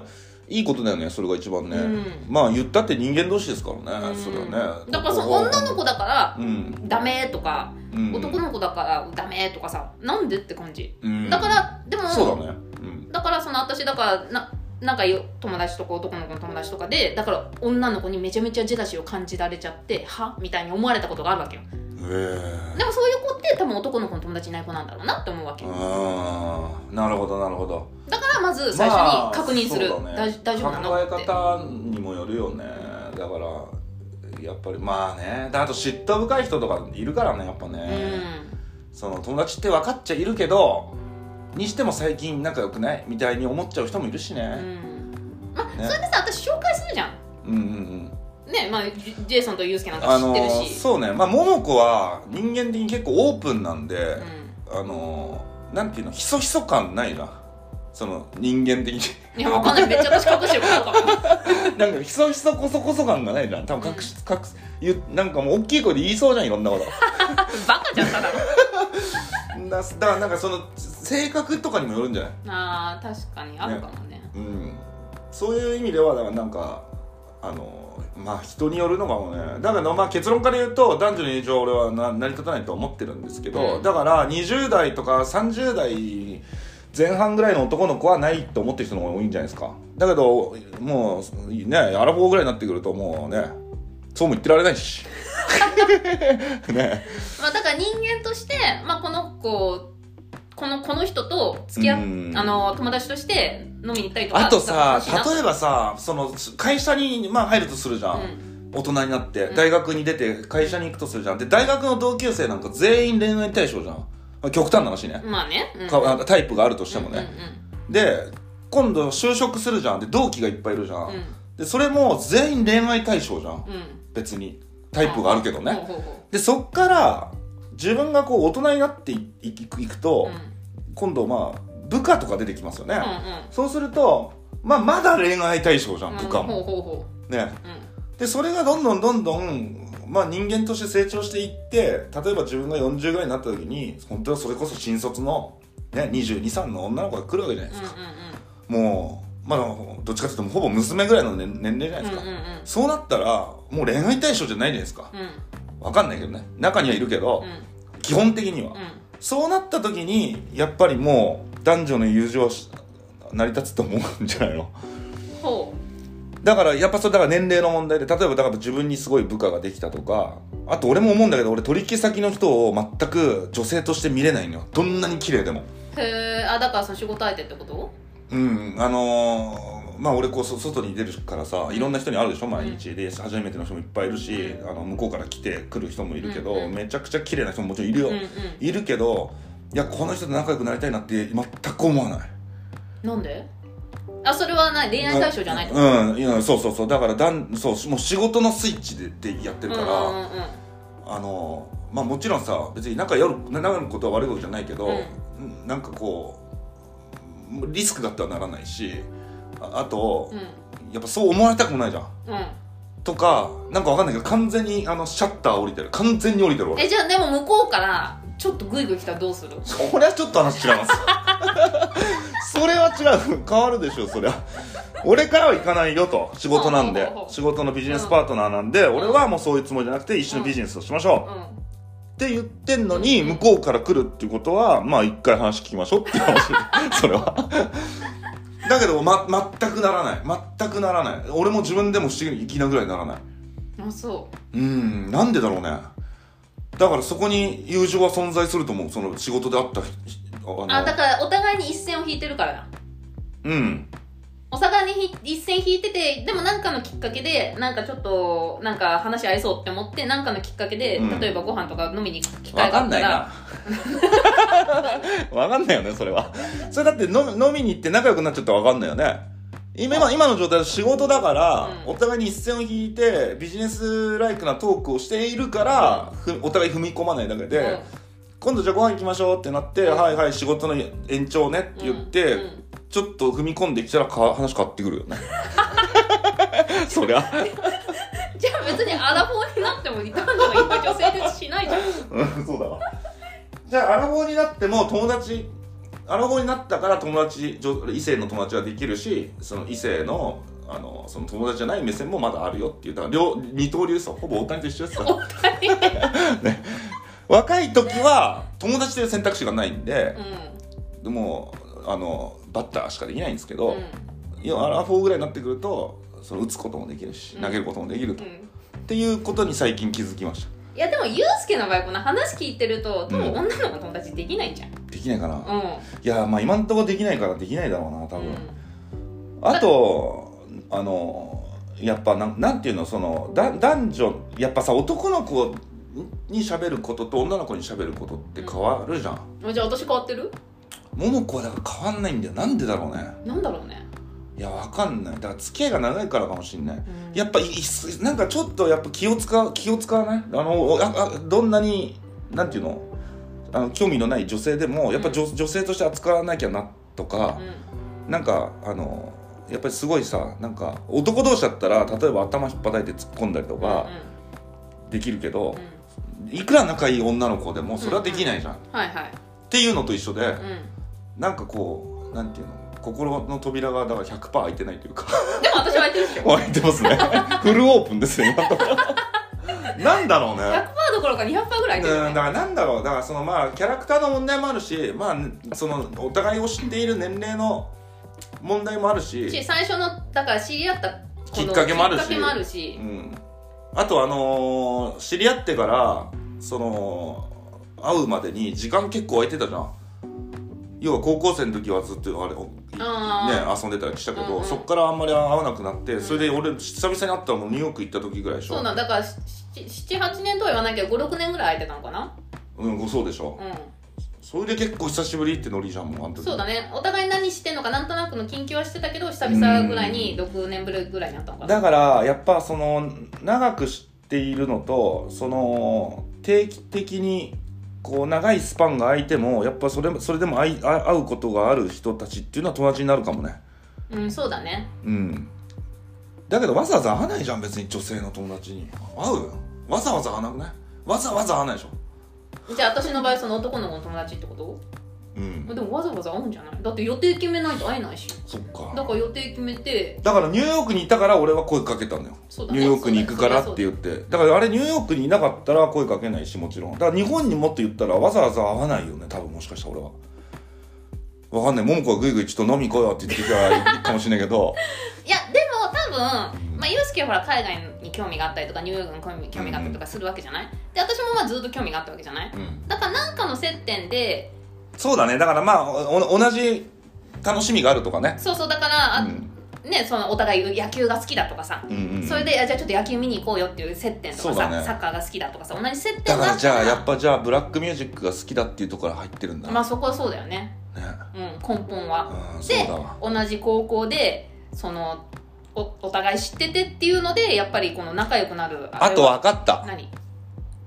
Speaker 1: いいことだよねそれが一番ね、
Speaker 2: うん
Speaker 1: まあ言ったって人間同士ですからね、
Speaker 2: うん
Speaker 1: それはね
Speaker 2: だからその女の
Speaker 1: 子、
Speaker 2: 子だから
Speaker 1: うん
Speaker 2: ダメとか
Speaker 1: うん、
Speaker 2: 男の子だからダメとかさなんでって感じ
Speaker 1: うん
Speaker 2: だからでも
Speaker 1: そうだね、うん、
Speaker 2: だからその私だからななんかよ友達とか男の子の友達とかでだから女の子にめちゃめちゃジェラシーを感じられちゃってはみたいに思われたことがあるわけよ
Speaker 1: へえ
Speaker 2: でもそういう子って多分男の子の友達いない子なんだろうなって思うわけ
Speaker 1: あーなるほどなるほど
Speaker 2: だからまず最初に確認する、
Speaker 1: まあそうだ
Speaker 2: 大
Speaker 1: ね
Speaker 2: 大丈夫なのって
Speaker 1: 考え方にもよるよねだからやっぱりまあねであと嫉妬深い人とかいるからねやっぱね、
Speaker 2: う
Speaker 1: その友達って分かっちゃいるけどにしても最近仲良くないみたいに思っちゃう人もいるし
Speaker 2: ん、う
Speaker 1: ね、
Speaker 2: ん、まあ、
Speaker 1: ね
Speaker 2: それでさ私紹介するじゃん
Speaker 1: うん、うんうん
Speaker 2: ねまあジジェイソンとユースケなん
Speaker 1: あ
Speaker 2: か知っ
Speaker 1: の
Speaker 2: てる
Speaker 1: ー
Speaker 2: し、
Speaker 1: そうねまあ桃子は人間的に結構オープンなんで、あのーなんていうのひそひそ感ないなその人間的に
Speaker 2: うん、いやわかんないめっちゃ私隠してることかも
Speaker 1: なんかひそひそこそこそ感がないな多分隠し隠す言うなんかもう大きい声で言いそうじゃんいろんなこと
Speaker 2: バカじゃんただ の
Speaker 1: だだからなんかその性格とかにもよるんじゃない
Speaker 2: あー確かにあるかもね
Speaker 1: うんそういう意味ではだからなんかあのまあ人によるのかもねだからまあ結論から言うと男女の友情は俺はな成り立たないと思ってるんですけど、
Speaker 2: うん
Speaker 1: だから20代とか30代前半ぐらいの男の子はないと思ってる人の方が多いんじゃないですかだけどもうねアラフォーぐらいになってくるともうねそうも言ってられないしね
Speaker 2: まあ、だから人間として、まあ、この子このこの人と付き合っ
Speaker 1: うん
Speaker 2: あの友達として飲みに行ったりとか
Speaker 1: あとさ
Speaker 2: え
Speaker 1: 例えばさその会社にまあ入るとするじゃん、大人になって
Speaker 2: うん
Speaker 1: 大学に出て会社に行くとするじゃんで大学の同級生なんか全員恋愛対象じゃんまあ極端な話ね
Speaker 2: う、ん、まあね、うん、
Speaker 1: かなんかタイプがあるとしても
Speaker 2: うん
Speaker 1: ね、で今度就職するじゃんで同期がいっぱいいるじゃん、
Speaker 2: うんうん
Speaker 1: でそれも全員恋愛対象じゃん
Speaker 2: うん
Speaker 1: 別にタイプがあるけど
Speaker 2: うんほ
Speaker 1: ね
Speaker 2: うほうほ
Speaker 1: でそっから自分がこう大人になっていいくいく
Speaker 2: う
Speaker 1: と
Speaker 2: う、ん
Speaker 1: 今度まあ部下とか出てきますよね、
Speaker 2: う
Speaker 1: そうするとまあまだ恋愛対象じゃ
Speaker 2: んうんん
Speaker 1: 部下も、
Speaker 2: ほうほうほ
Speaker 1: ね
Speaker 2: ううん
Speaker 1: でそれがどんどんどんどん、まあ、人間として成長していって例えば自分が40ぐらいになった時に本当はそれこそ新卒の、ね、223の女の子が来るわけじゃないで
Speaker 2: う
Speaker 1: す
Speaker 2: ん
Speaker 1: か、もう、まあ、どっちかというとほぼ娘ぐらいの年年齢じゃないです
Speaker 2: うんうんうん
Speaker 1: か、
Speaker 2: うん
Speaker 1: そうなったらもう恋愛対象じゃないじゃないですか
Speaker 2: うん
Speaker 1: わかんないけどね中にはいるけど
Speaker 2: うん、
Speaker 1: 基本的には、
Speaker 2: うん
Speaker 1: そうなった時にやっぱりもう男女の友情はし成り立つと思うんじゃないの
Speaker 2: ほ
Speaker 1: だからやっぱそれだから年齢の問題で例えばだから自分にすごい部下ができたとかあと俺も思うんだけど俺取引先の人を全く女性として見れないのよどんなに綺麗でも
Speaker 2: うへえあだからその仕事相手ってこと
Speaker 1: うんあのーまあ俺こうそ外に出るからさいろんな人に会うでしょ毎日で初めての人もいっぱいいるしあの向こうから来て来る人もいるけど
Speaker 2: うんうん
Speaker 1: めちゃくちゃ綺麗な人ももちろんいるよ
Speaker 2: うんうん
Speaker 1: いるけどいやこの人と仲良くなりたいなって全く思わない
Speaker 2: なんであそれはない恋愛対象じゃないってこ
Speaker 1: うんいやそうそうそうだからだんそうもう仕事のスイッチででやって
Speaker 2: と
Speaker 1: るから、
Speaker 2: うんうんうんうん
Speaker 1: あのまあもちろんさ別に仲良くななることは悪いことじゃないけど、うんなんかこうリスクがあってはならないしああと、やっぱそう思われたくもないじゃん
Speaker 2: うんうん
Speaker 1: とかなんかわかんないけど完全にあのシャッター降りてる完全に降りてる俺
Speaker 2: えじゃあでも向こうからちょっとグイグイ来たらどうする
Speaker 1: そりゃちょっと話違います それは違う変わるでしょそりゃ俺からは行かないよと仕事なん
Speaker 2: ほう
Speaker 1: で
Speaker 2: ほうほう
Speaker 1: 仕事のビジネスパートナーなんで、俺はもうそういうつもりじゃなくて一緒にビジネスをしましょう、
Speaker 2: う
Speaker 1: って言ってんのに向こうから来るっていうことはまあ一回話聞きましょう っていう話それはだけど、ま、全くならない全くならない俺も自分でも不思議に粋なぐらいならない
Speaker 2: んあそ
Speaker 1: う
Speaker 2: う
Speaker 1: んなんでだろうねだからそこに友情は存在すると思うその仕事で会った人あの
Speaker 2: あだからお互いに一線を引いてるからだ
Speaker 1: うん
Speaker 2: お互いにひ一線引いててでも何かのきっかけでなんかちょっとなんか話合いそうって思って何かのきっかけで、
Speaker 1: うん
Speaker 2: 例えばご飯とか飲みに行く機
Speaker 1: わ
Speaker 2: 会が
Speaker 1: か
Speaker 2: あ
Speaker 1: ん
Speaker 2: っ
Speaker 1: な
Speaker 2: た
Speaker 1: い
Speaker 2: ら
Speaker 1: なわかんないよねそれはそれだって飲み飲みに行って仲良くなっちゃったらわかんないよね今今今の状態は仕事だから、
Speaker 2: うん
Speaker 1: お互いに一線を引いてビジネスライクなトークをしているから、ふお互い踏み込まないだけで、
Speaker 2: うん
Speaker 1: 今度じゃあご飯行きましょうってなって、
Speaker 2: うん
Speaker 1: はいはい仕事の延長ねって言って、
Speaker 2: うんうん
Speaker 1: ちょっと踏み込んできたらか話変わってくる よねそりゃ
Speaker 2: じゃあ別にアラフォーになっても男女の一般女性でしないじゃん
Speaker 1: うんそうだわじゃあアラフォーになっても友達アラフォーになったから友達女異性の友達はできるしその異性のあのその友達じゃない目線もまだあるよっていうだから両二刀流さほぼ大谷と一緒です
Speaker 2: お互いうん
Speaker 1: 若い時は友達という選択肢がないんで、でもあのバッターしかできないんですけど、
Speaker 2: う
Speaker 1: いやアラフォーぐらいになってくるとその打つこともできるし、
Speaker 2: うん
Speaker 1: 投げることもできると、
Speaker 2: んう
Speaker 1: っ
Speaker 2: ん
Speaker 1: ていうことに最近気づきました
Speaker 2: いやでもユうスケの場合この話聞いてると多分
Speaker 1: うん
Speaker 2: 女の子の友達できないじゃん
Speaker 1: できないかな、
Speaker 2: う
Speaker 1: い
Speaker 2: ん、
Speaker 1: やまあ今んとこできないからできないだろうな多分、
Speaker 2: うん
Speaker 1: あとあのやっぱなんなんていうのそのだ男女やっぱさ男の子に喋ることと女の子に喋ることって変わるじゃん
Speaker 2: じゃあ私変わってる
Speaker 1: 桃子はだから変わんないんだよなんでだろうね
Speaker 2: なんだろうね、
Speaker 1: いやわかんないだから付き合いが長いからかもしんない
Speaker 2: うん
Speaker 1: やっぱいいすなんかちょっとやっぱ気を使う気を使わないあのああどんなになんていうのあの興味のない女性でもやっぱ女,、女性として扱わなきゃなとか、なんかあのやっぱりすごいさなんか男同士だったら例えば頭引っ叩いて突っ込んだりと
Speaker 2: うん
Speaker 1: かできるけど、いくら仲いい女の子でもそれはできないじゃん、っ
Speaker 2: うんはいはい
Speaker 1: ていうのと一緒で
Speaker 2: うん
Speaker 1: なんかこうなんていうの心の扉がだから100%開いてないというか
Speaker 2: でも私は相手ですよ
Speaker 1: 開いてます ねフルオープンですね今のところなんだろうね
Speaker 2: 100%どころか200%ぐらいで、
Speaker 1: うん、だ
Speaker 2: ね、
Speaker 1: からなんだろうだからそのまあキャラクターの問題もあるしまあそのお互いを知っている年齢の問題もある
Speaker 2: し
Speaker 1: し、
Speaker 2: 最初のだから知り合ったこの
Speaker 1: きっかけもあるし
Speaker 2: きっかけもある
Speaker 1: う
Speaker 2: し
Speaker 1: ん、あとあのー知り合ってからその会うまでに時間結構空いてたじゃん要は高校生の時はずっとあれお
Speaker 2: あ
Speaker 1: ね遊んでたりしたけど、
Speaker 2: うんうん
Speaker 1: そっからあんまり会わなくなってそれで俺久々に会ったのもニューヨーク行った時ぐらいでしょ
Speaker 2: そうなんだから78年とは言わないけど56年ぐらい空いてたのかな
Speaker 1: うんごそうでしょ
Speaker 2: う
Speaker 1: それで結構久しぶりってノリじゃんもうあの
Speaker 2: ん
Speaker 1: 時
Speaker 2: そうだねお互い何してんのかなんとなくの緊急はしてたけど久々ぐらいに6年ぶりぐらいになったのかな
Speaker 1: だからやっぱその長く知っているのとその定期的にこう長いスパンが空いてもやっぱそれそれでも会い会会うことがある人たちっていうのは友達になるかもね
Speaker 2: うんそうだね
Speaker 1: うんだけどわざわざ会わないじゃん別に女性の友達に会うよわざわざ会わなくないわざわざ会わないでしょ
Speaker 2: じゃあ私の場合その男の子の友達ってこと
Speaker 1: うん
Speaker 2: でもわざわざ会うんじゃないだって予定決めないと会えないし
Speaker 1: そっ
Speaker 2: だ
Speaker 1: か
Speaker 2: から予定決めて
Speaker 1: だからニューヨークにいたから俺は声かけたんだよ
Speaker 2: そうだ
Speaker 1: ニ
Speaker 2: ね
Speaker 1: ューヨークに行くからって言
Speaker 2: う
Speaker 1: ってだからあれニューヨークにいなかったら声かけないしもちろんだから日本にもっと言ったらわざわざ会わないよね多分もしかしたら俺はわかんない桃子はぐいぐいちょっと飲み行こうよって言ってきたらいいかもしれないけど
Speaker 2: いやでも多分まあユースケはほら海外に興味があったりとかニューヨークに興味興味があったりとかするわけじゃないで私もまあずっと興味があったわけじゃない
Speaker 1: うん
Speaker 2: だからなんかの接点で
Speaker 1: そうだねだからまあおお同じ楽しみがあるとかね
Speaker 2: そうそうだから、あ
Speaker 1: うん
Speaker 2: ねそのお互い野球が好きだとかさ、
Speaker 1: うんうんうん
Speaker 2: それであじゃあちょっと野球見に行こうよっていう接点と
Speaker 1: そ
Speaker 2: か
Speaker 1: うだ
Speaker 2: さ、
Speaker 1: ね
Speaker 2: サッカーが好きだとかさ同じ接点
Speaker 1: だ
Speaker 2: が
Speaker 1: か
Speaker 2: あ
Speaker 1: ら
Speaker 2: っ
Speaker 1: じゃ
Speaker 2: た
Speaker 1: あやっぱじゃあブラックミュージックが好きだっていうところから入ってるんだ、
Speaker 2: まあそこはそうだよね、
Speaker 1: ね
Speaker 2: うん、根本は、
Speaker 1: うんそう
Speaker 2: で
Speaker 1: だわ
Speaker 2: 同じ高校でそのおお互い知っててっていうのでやっぱりこの仲良くなる
Speaker 1: あ
Speaker 2: れ
Speaker 1: と分かった
Speaker 2: 何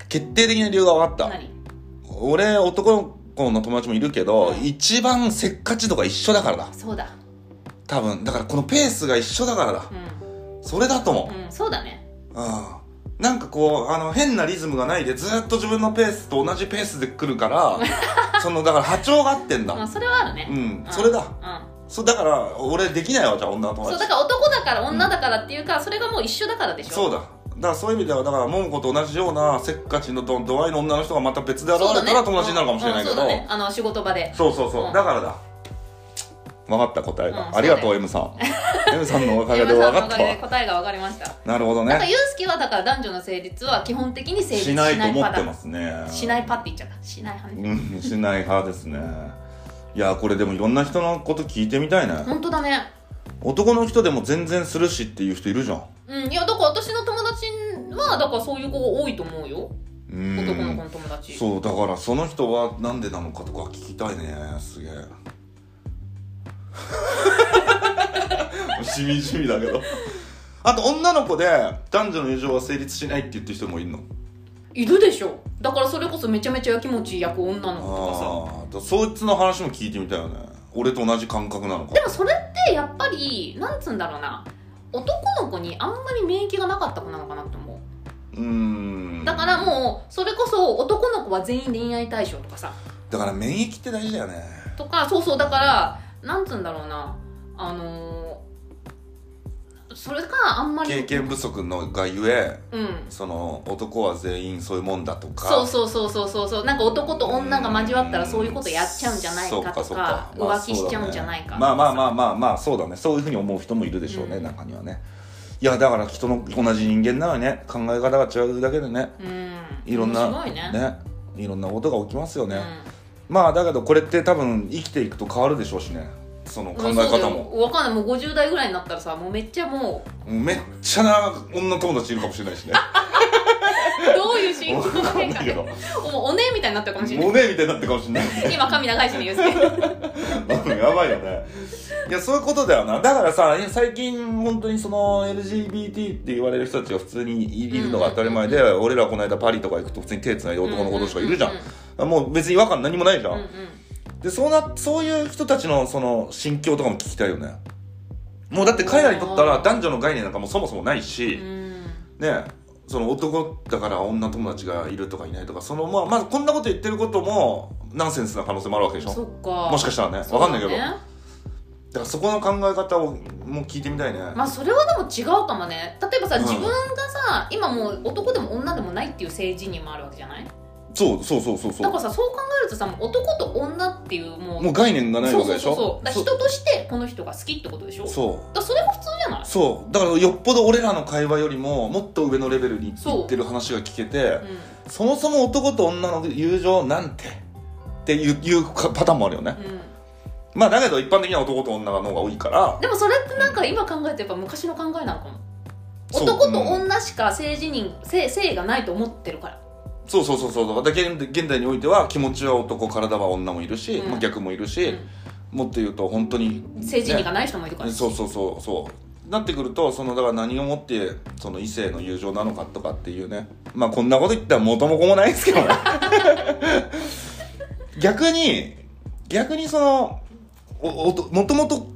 Speaker 1: 決定的な理由が分かった
Speaker 2: 何
Speaker 1: 俺男の子の友達もいるけど、
Speaker 2: うん
Speaker 1: 一番せっかち度が一緒だからだ
Speaker 2: そうだ
Speaker 1: 多分だからこのペースが一緒だからだ
Speaker 2: う
Speaker 1: それだと思
Speaker 2: ん、うん、そうだね
Speaker 1: う、うん、なんかこうあの変なリズムがないでずっと自分のペースと同じペースで来るから そのだから波長が合ってん
Speaker 2: まあ
Speaker 1: だ
Speaker 2: それはあるね
Speaker 1: う
Speaker 2: うん
Speaker 1: それだ
Speaker 2: う
Speaker 1: そうだから俺できないわじゃあ女の
Speaker 2: ん
Speaker 1: 友
Speaker 2: そうだ
Speaker 1: 達
Speaker 2: から男だから女だからっていうか、それがもう一緒だからでしょ
Speaker 1: そうだだからそういう意味ではだから桃子と同じようなせっかちのど度合いの女の人がまた別で現
Speaker 2: そう
Speaker 1: れ
Speaker 2: だね
Speaker 1: たら友達になるかもしれないけど、
Speaker 2: うんうんそうだねあの仕事場で
Speaker 1: そうそうそう、
Speaker 2: うん
Speaker 1: だからだ分かった答えが、
Speaker 2: うん
Speaker 1: ありがと
Speaker 2: そうう
Speaker 1: M さん M さんのおかげ
Speaker 2: 山
Speaker 1: で
Speaker 2: さん
Speaker 1: 分
Speaker 2: のお
Speaker 1: かっ
Speaker 2: か
Speaker 1: た
Speaker 2: げで
Speaker 1: わ
Speaker 2: 答えが分かりました
Speaker 1: なるほど
Speaker 2: だから
Speaker 1: ね
Speaker 2: ユースケはだから男女の成立は基本的に成立し
Speaker 1: し
Speaker 2: な
Speaker 1: ないいと思
Speaker 2: 派
Speaker 1: って
Speaker 2: だ
Speaker 1: ますね
Speaker 2: しないパって言っちゃったしない派ね
Speaker 1: うんしない派ですねいやこれでもいろんな人のこと聞いてみたいね
Speaker 2: 本当だね
Speaker 1: 男の人でも全然するしっていう人いるじゃん
Speaker 2: うんいやだから私の友達はだからそういう子が多いと思うよ
Speaker 1: う
Speaker 2: 男の子
Speaker 1: ん
Speaker 2: の友達
Speaker 1: そうだからその人はなんでなのかとか聞きたいねす げえしみじみだけどあと女の子で男女の友情は成立しないって言ってる人もいるの
Speaker 2: いるでしょだからそれこそめちゃめちゃやきもち焼く女の子とかさ
Speaker 1: ああーそいつの話も聞いてみたいよね俺と同じ感覚なのか
Speaker 2: でもそれってやっぱりなんつうんだろうな男の子にあんまり免疫がなかった子なのかなと思
Speaker 1: う
Speaker 2: う
Speaker 1: ーん
Speaker 2: だからもうそれこそ男の子は全員恋愛対象とかさ
Speaker 1: だから免疫って大事だよね
Speaker 2: とかそうそうだからなんつうんだろうなあのーそれかあんまり
Speaker 1: 経験不足のがゆえ
Speaker 2: うん
Speaker 1: その男は全員そういうもんだとか
Speaker 2: そうそうそうそうそうそうなんか男と女が交わったらそういうことやっちゃうんじゃないかとか
Speaker 1: そうかそうかまあ
Speaker 2: 浮気しちゃうんじゃないかとか
Speaker 1: まあまあまあまあまあそうだねそういうふうに思う人もいるでしょうね、
Speaker 2: うん
Speaker 1: 中にはねいやだから人の同じ人間なのにね考え方が違うだけでね
Speaker 2: うん
Speaker 1: いろんな
Speaker 2: すごいね
Speaker 1: ねいろんなことが起きますよね、
Speaker 2: うん
Speaker 1: まあだけどこれって多分生きていくと変わるでしょうしねその考え
Speaker 2: うんそう
Speaker 1: 方
Speaker 2: だよ
Speaker 1: も、
Speaker 2: わかんないもう50代ぐらいになったらさもうめっちゃもう
Speaker 1: めっちゃな女友達いるかもしれないしね
Speaker 2: ど ういう心境
Speaker 1: わかん
Speaker 2: 変
Speaker 1: な
Speaker 2: 化
Speaker 1: いけど
Speaker 2: で
Speaker 1: も
Speaker 2: もうおねえみたいになってるかもしれな
Speaker 1: うねみたいになってるかもしれない
Speaker 2: い今髪長いしねゆうすけ
Speaker 1: うんやばいよねいやそういうことだよなだからさ最近本当にその LGBT って言われる人たちが普通にいるのが当たり前で、俺らこの間パリとか行くと普通に手つないで 男の子同士がいるじゃん,、
Speaker 2: うう
Speaker 1: もう別に違和感何もないじゃん、
Speaker 2: うんうん
Speaker 1: でそうなそういう人たちのその心境とかも聞きたいよねもうだって彼らにとったら男女の概念なんかもうそもそもないし、
Speaker 2: うん
Speaker 1: ねその男だから女友達がいるとかいないとかそのまあまずこんなこと言ってることもナンセンスな可能性もあるわけでし
Speaker 2: そ
Speaker 1: ょ
Speaker 2: っか
Speaker 1: もしかしたらねわかんないけど
Speaker 2: そうだね
Speaker 1: だからそこの考え方をもう聞いてみたいね、
Speaker 2: まあそれはでも違うかもね例えばさ
Speaker 1: うん
Speaker 2: 自分がさ今もう男でも女でもないっていう政治にもあるわけじゃない
Speaker 1: そうそうそうそう
Speaker 2: だ
Speaker 1: そ
Speaker 2: からさそう考えるとさもう男と女っていうも
Speaker 1: う
Speaker 2: う
Speaker 1: もう概念がない
Speaker 2: そ
Speaker 1: わ
Speaker 2: う
Speaker 1: けで
Speaker 2: そう
Speaker 1: し
Speaker 2: そう
Speaker 1: ょ
Speaker 2: そうだから人としてこの人が好きってことでしょだか
Speaker 1: そう
Speaker 2: らそれが普通じゃない
Speaker 1: そうだからよっぽど俺らの会話よりももっと上のレベルに行ってる話が聞けてそもそも男と女の友情なんてっていういうかパターンもあるよね
Speaker 2: うん、うん
Speaker 1: まあだけど一般的には男と女の方が多いから
Speaker 2: でもそれってなんか今考えてやっぱ昔の考えなのかも
Speaker 1: そう
Speaker 2: 男と女しか性自認性性がないと思ってるから
Speaker 1: そうそうそうそうだから現現代においては気持ちは男体は女もいるし、
Speaker 2: うん
Speaker 1: まあ、逆もいるし、もっと言うと本当に、
Speaker 2: 性自認がない人もいるから、
Speaker 1: そうそうそうそうなってくるとそのだから何をもってその異性の友情なのかとかっていうねまあこんなこと言ったら元も子もないですけ どね逆に逆にそのおおともともと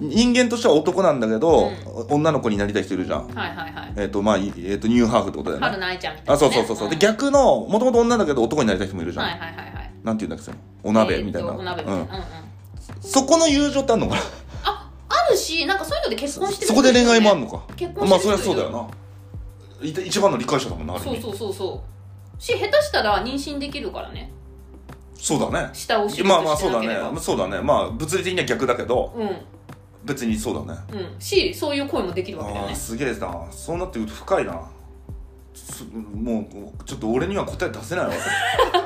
Speaker 1: 人間としては男なんだけど、女の子になりたい人いるじゃん
Speaker 2: はいはいはい
Speaker 1: えっ、とまあ、いえっとニューハーフってことだよ
Speaker 2: 春
Speaker 1: ね
Speaker 2: 菜愛ちゃんみたいな、ね、
Speaker 1: あそうそうそうそう、
Speaker 2: ん
Speaker 1: で逆のもともと女だけど男になりたい人もいるじゃん、
Speaker 2: はいはいはいはい
Speaker 1: なんて言うんだっけそのお鍋みたいな、
Speaker 2: えーとお鍋みたいな、
Speaker 1: う
Speaker 2: うんんうん
Speaker 1: そこの友情ってあるのかな
Speaker 2: あるしなんかそういうので結婚してる
Speaker 1: そこで恋愛もあんのか
Speaker 2: 結婚
Speaker 1: まあ
Speaker 2: し
Speaker 1: そり
Speaker 2: てる
Speaker 1: ゃ
Speaker 2: 人
Speaker 1: そ
Speaker 2: いう
Speaker 1: だ
Speaker 2: る
Speaker 1: よない一番の理解者だもんなある意
Speaker 2: そう
Speaker 1: 味
Speaker 2: そうそうそうし下手したら妊娠できるからね
Speaker 1: そうだね
Speaker 2: 下を手術
Speaker 1: まあまあ
Speaker 2: し
Speaker 1: そう
Speaker 2: な
Speaker 1: だ
Speaker 2: ければ
Speaker 1: ねそうだねまあ物理的には逆だけど
Speaker 2: う
Speaker 1: 別にそうだね
Speaker 2: んうんしそういう恋もできるわけだよ
Speaker 1: ああ
Speaker 2: ね
Speaker 1: すげえなそうなってくると深いなすもうちょっと俺には答え出せない わ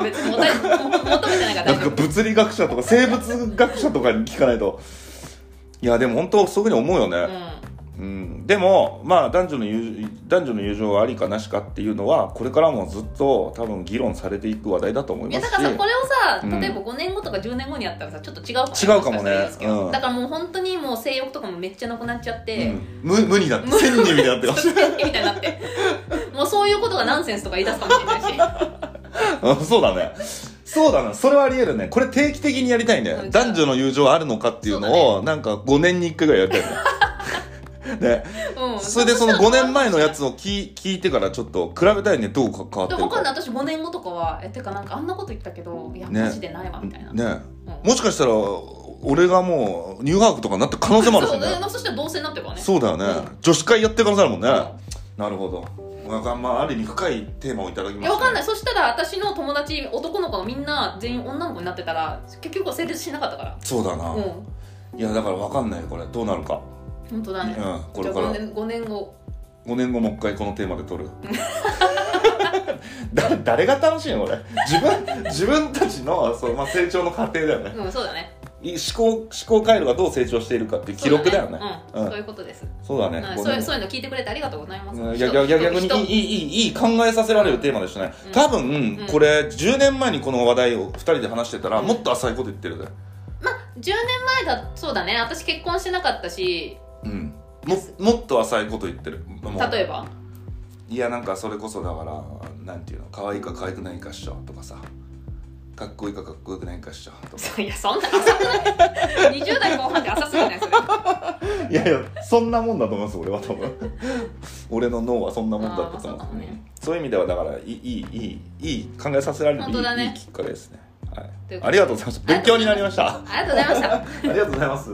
Speaker 2: 別に求め求めてないから
Speaker 1: な
Speaker 2: 大
Speaker 1: んか
Speaker 2: 丈
Speaker 1: 物理学者とか生物学者とかに聞かないといやでも本当そういうふうに思うよね、
Speaker 2: 夫う
Speaker 1: う
Speaker 2: ん
Speaker 1: ん、でも、まあ、男女の友男女の友情はありかなしかっていうのはこれからもずっと多分議論されていく話題だと思い
Speaker 2: い
Speaker 1: ま
Speaker 2: や
Speaker 1: す
Speaker 2: だ
Speaker 1: し
Speaker 2: からさこれを
Speaker 1: うん
Speaker 2: さ例えば5年後とか10年後にやったらさちょっと違うかも
Speaker 1: 違うかもね
Speaker 2: ししたらですけど
Speaker 1: うん
Speaker 2: だからもう本当にもう性欲とかもめっちゃなくなっちゃっ
Speaker 1: う
Speaker 2: て、
Speaker 1: ん、無無理だって千人みたいにな ってま
Speaker 2: ちょ
Speaker 1: し
Speaker 2: っと変みたいになってもうそういうことがナンセンスとか言い出すかもしれないし
Speaker 1: たうんそうだねそうだねそれはあり得るねこれ定期的にやりたいね、
Speaker 2: うん
Speaker 1: 男女の友情あるのかっていうのをなんか5年に1回ぐらいやりたい ねね
Speaker 2: うん
Speaker 1: それでその5年前のやつを聞い聞いてからちょっと比べたいねどうか変わっ
Speaker 2: で
Speaker 1: て
Speaker 2: も
Speaker 1: る
Speaker 2: 分かんな
Speaker 1: か
Speaker 2: い私5年後とかはえてかなんかあんなこと言ったけどいや
Speaker 1: ね
Speaker 2: マジでないわみたいな、
Speaker 1: ね
Speaker 2: うん
Speaker 1: もしかしたら俺がもうニューハーフとかになってる可能性もあるし
Speaker 2: そう
Speaker 1: ね
Speaker 2: でそしたら同性になってるからね
Speaker 1: そうだよね、
Speaker 2: う
Speaker 1: 女子会やってる可能性あるもんね、なるほどまあ、まあ、ある意味深いテーマをいただきました、
Speaker 2: いやわかん
Speaker 1: ない
Speaker 2: ないそしたら私の友達男の子がみんな全員女の子になってたら結局は成立しなかったから
Speaker 1: そうだな、
Speaker 2: うん
Speaker 1: いやだからわかんないこれどうなるか、
Speaker 2: 本当だ
Speaker 1: うん
Speaker 2: ね、
Speaker 1: こ
Speaker 2: じ
Speaker 1: れ
Speaker 2: ゃあ
Speaker 1: から
Speaker 2: 5年5年後
Speaker 1: 5年後もう一回このテーマで撮る だ誰が楽しいのこれ自分自分たちのそう、まあ、成長の過程だよね
Speaker 2: うんそうだね
Speaker 1: い思考思考回路がどう成長しているかっていう記録だよね
Speaker 2: そううんそういうことです、
Speaker 1: そうだね
Speaker 2: うん
Speaker 1: ご
Speaker 2: そう
Speaker 1: めん
Speaker 2: いう
Speaker 1: ね
Speaker 2: そういうの聞いてくれてありがとうございます
Speaker 1: いや逆逆に
Speaker 2: 人
Speaker 1: いいいいいいいい考えさせられるテーマでしたね、多分、
Speaker 2: うん
Speaker 1: これ10年前にこの話題を2人で話してたら、もっと浅いこと言ってるで、
Speaker 2: まあ10年前だそうだね私結婚してなかったし
Speaker 1: うん、ももっと浅いこと言ってるもう
Speaker 2: 例えば
Speaker 1: いやなんかそれこそだからなんていうの可愛いか可愛くないかっしょとかさかっこいいかかっこよくないかっしょとか
Speaker 2: そういやそんな浅くない20代後半で浅すぎないそれ
Speaker 1: いやいやそんなもんだと思います俺は多分 俺の脳はそんなもんだったと
Speaker 2: あーまあ
Speaker 1: 思う,、
Speaker 2: そうかもね
Speaker 1: そういう意味ではだからいいいいいいいい考えさせられるい
Speaker 2: 本
Speaker 1: い,、
Speaker 2: 当だね
Speaker 1: いいきっかけですね、はい
Speaker 2: ということで
Speaker 1: ありがとうございました勉強になりました
Speaker 2: ありがとうございました
Speaker 1: ありがとうございます